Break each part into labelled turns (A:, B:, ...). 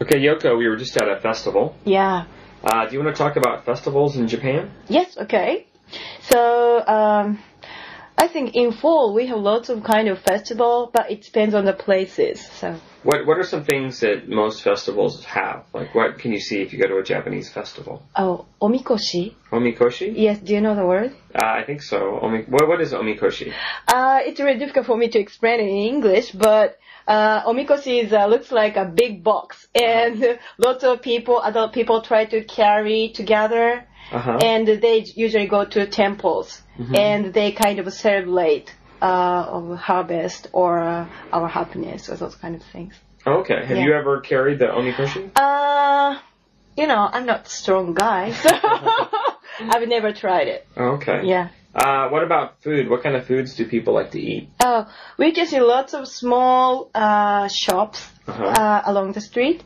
A: Okay, Yoko, we were just at a festival.
B: Yeah.
A: Uh, do you want to talk about festivals in Japan?
B: Yes, okay. So, um, I think in fall we have lots of kind of festival, but it depends on the places. So,
A: What What are some things that most festivals have? Like, what can you see if you go to a Japanese festival?
B: oh, omikoshi.
A: Omikoshi?
B: Yes, do you know the word?
A: Uh, I think so. Omi- what, what is omikoshi?
B: Uh, it's really difficult for me to explain it in English, but uh, omikoshi is, uh, looks like a big box, and lots of people, adult people, try to carry together,
A: Uh huh.
B: and they usually go to temples, and they kind of celebrate uh, of harvest or uh, our happiness or those kind of things.
A: Okay. Have
B: Yeah.
A: you ever carried the omikoshi?
B: Uh, you know, I'm not strong guy, so I've never tried it.
A: Okay.
B: Yeah.
A: Uh, what about food? What kind of foods do people like to eat?
B: Oh, we can see lots of small uh, shops
A: Uh-huh. Mm-hmm.
B: uh, along the street,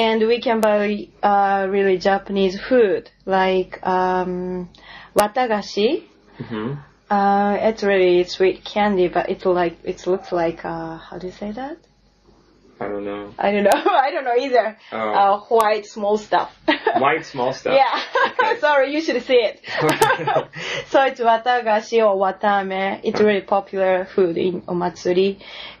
B: and we can buy uh, really Japanese food like um, watagashi.
A: hmm
B: Uh, it's really sweet candy, but it like it looks like uh, how do you say that?
A: I don't know.
B: I don't know. I don't know either.
A: Oh.
B: Uh, white small stuff.
A: White small stuff.
B: Yeah.
A: Okay.
B: Sorry, you should see it. so it's watagashi or watame. It's really popular food in omatsuri.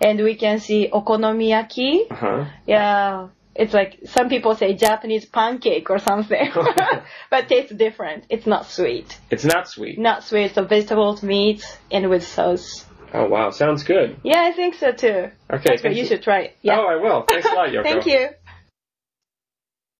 B: And we can see okonomiyaki.
A: Uh huh.
B: Yeah. It's like some people say Japanese pancake or something. but tastes different. It's not sweet.
A: It's not sweet.
B: Not sweet, so vegetables, meat, and with sauce.
A: Oh wow, sounds good.
B: Yeah, I think so too.
A: Okay.
B: But
A: thank
B: you should try it. Yeah.
A: Oh, I will. Thanks a lot, Yoko.
B: Thank you.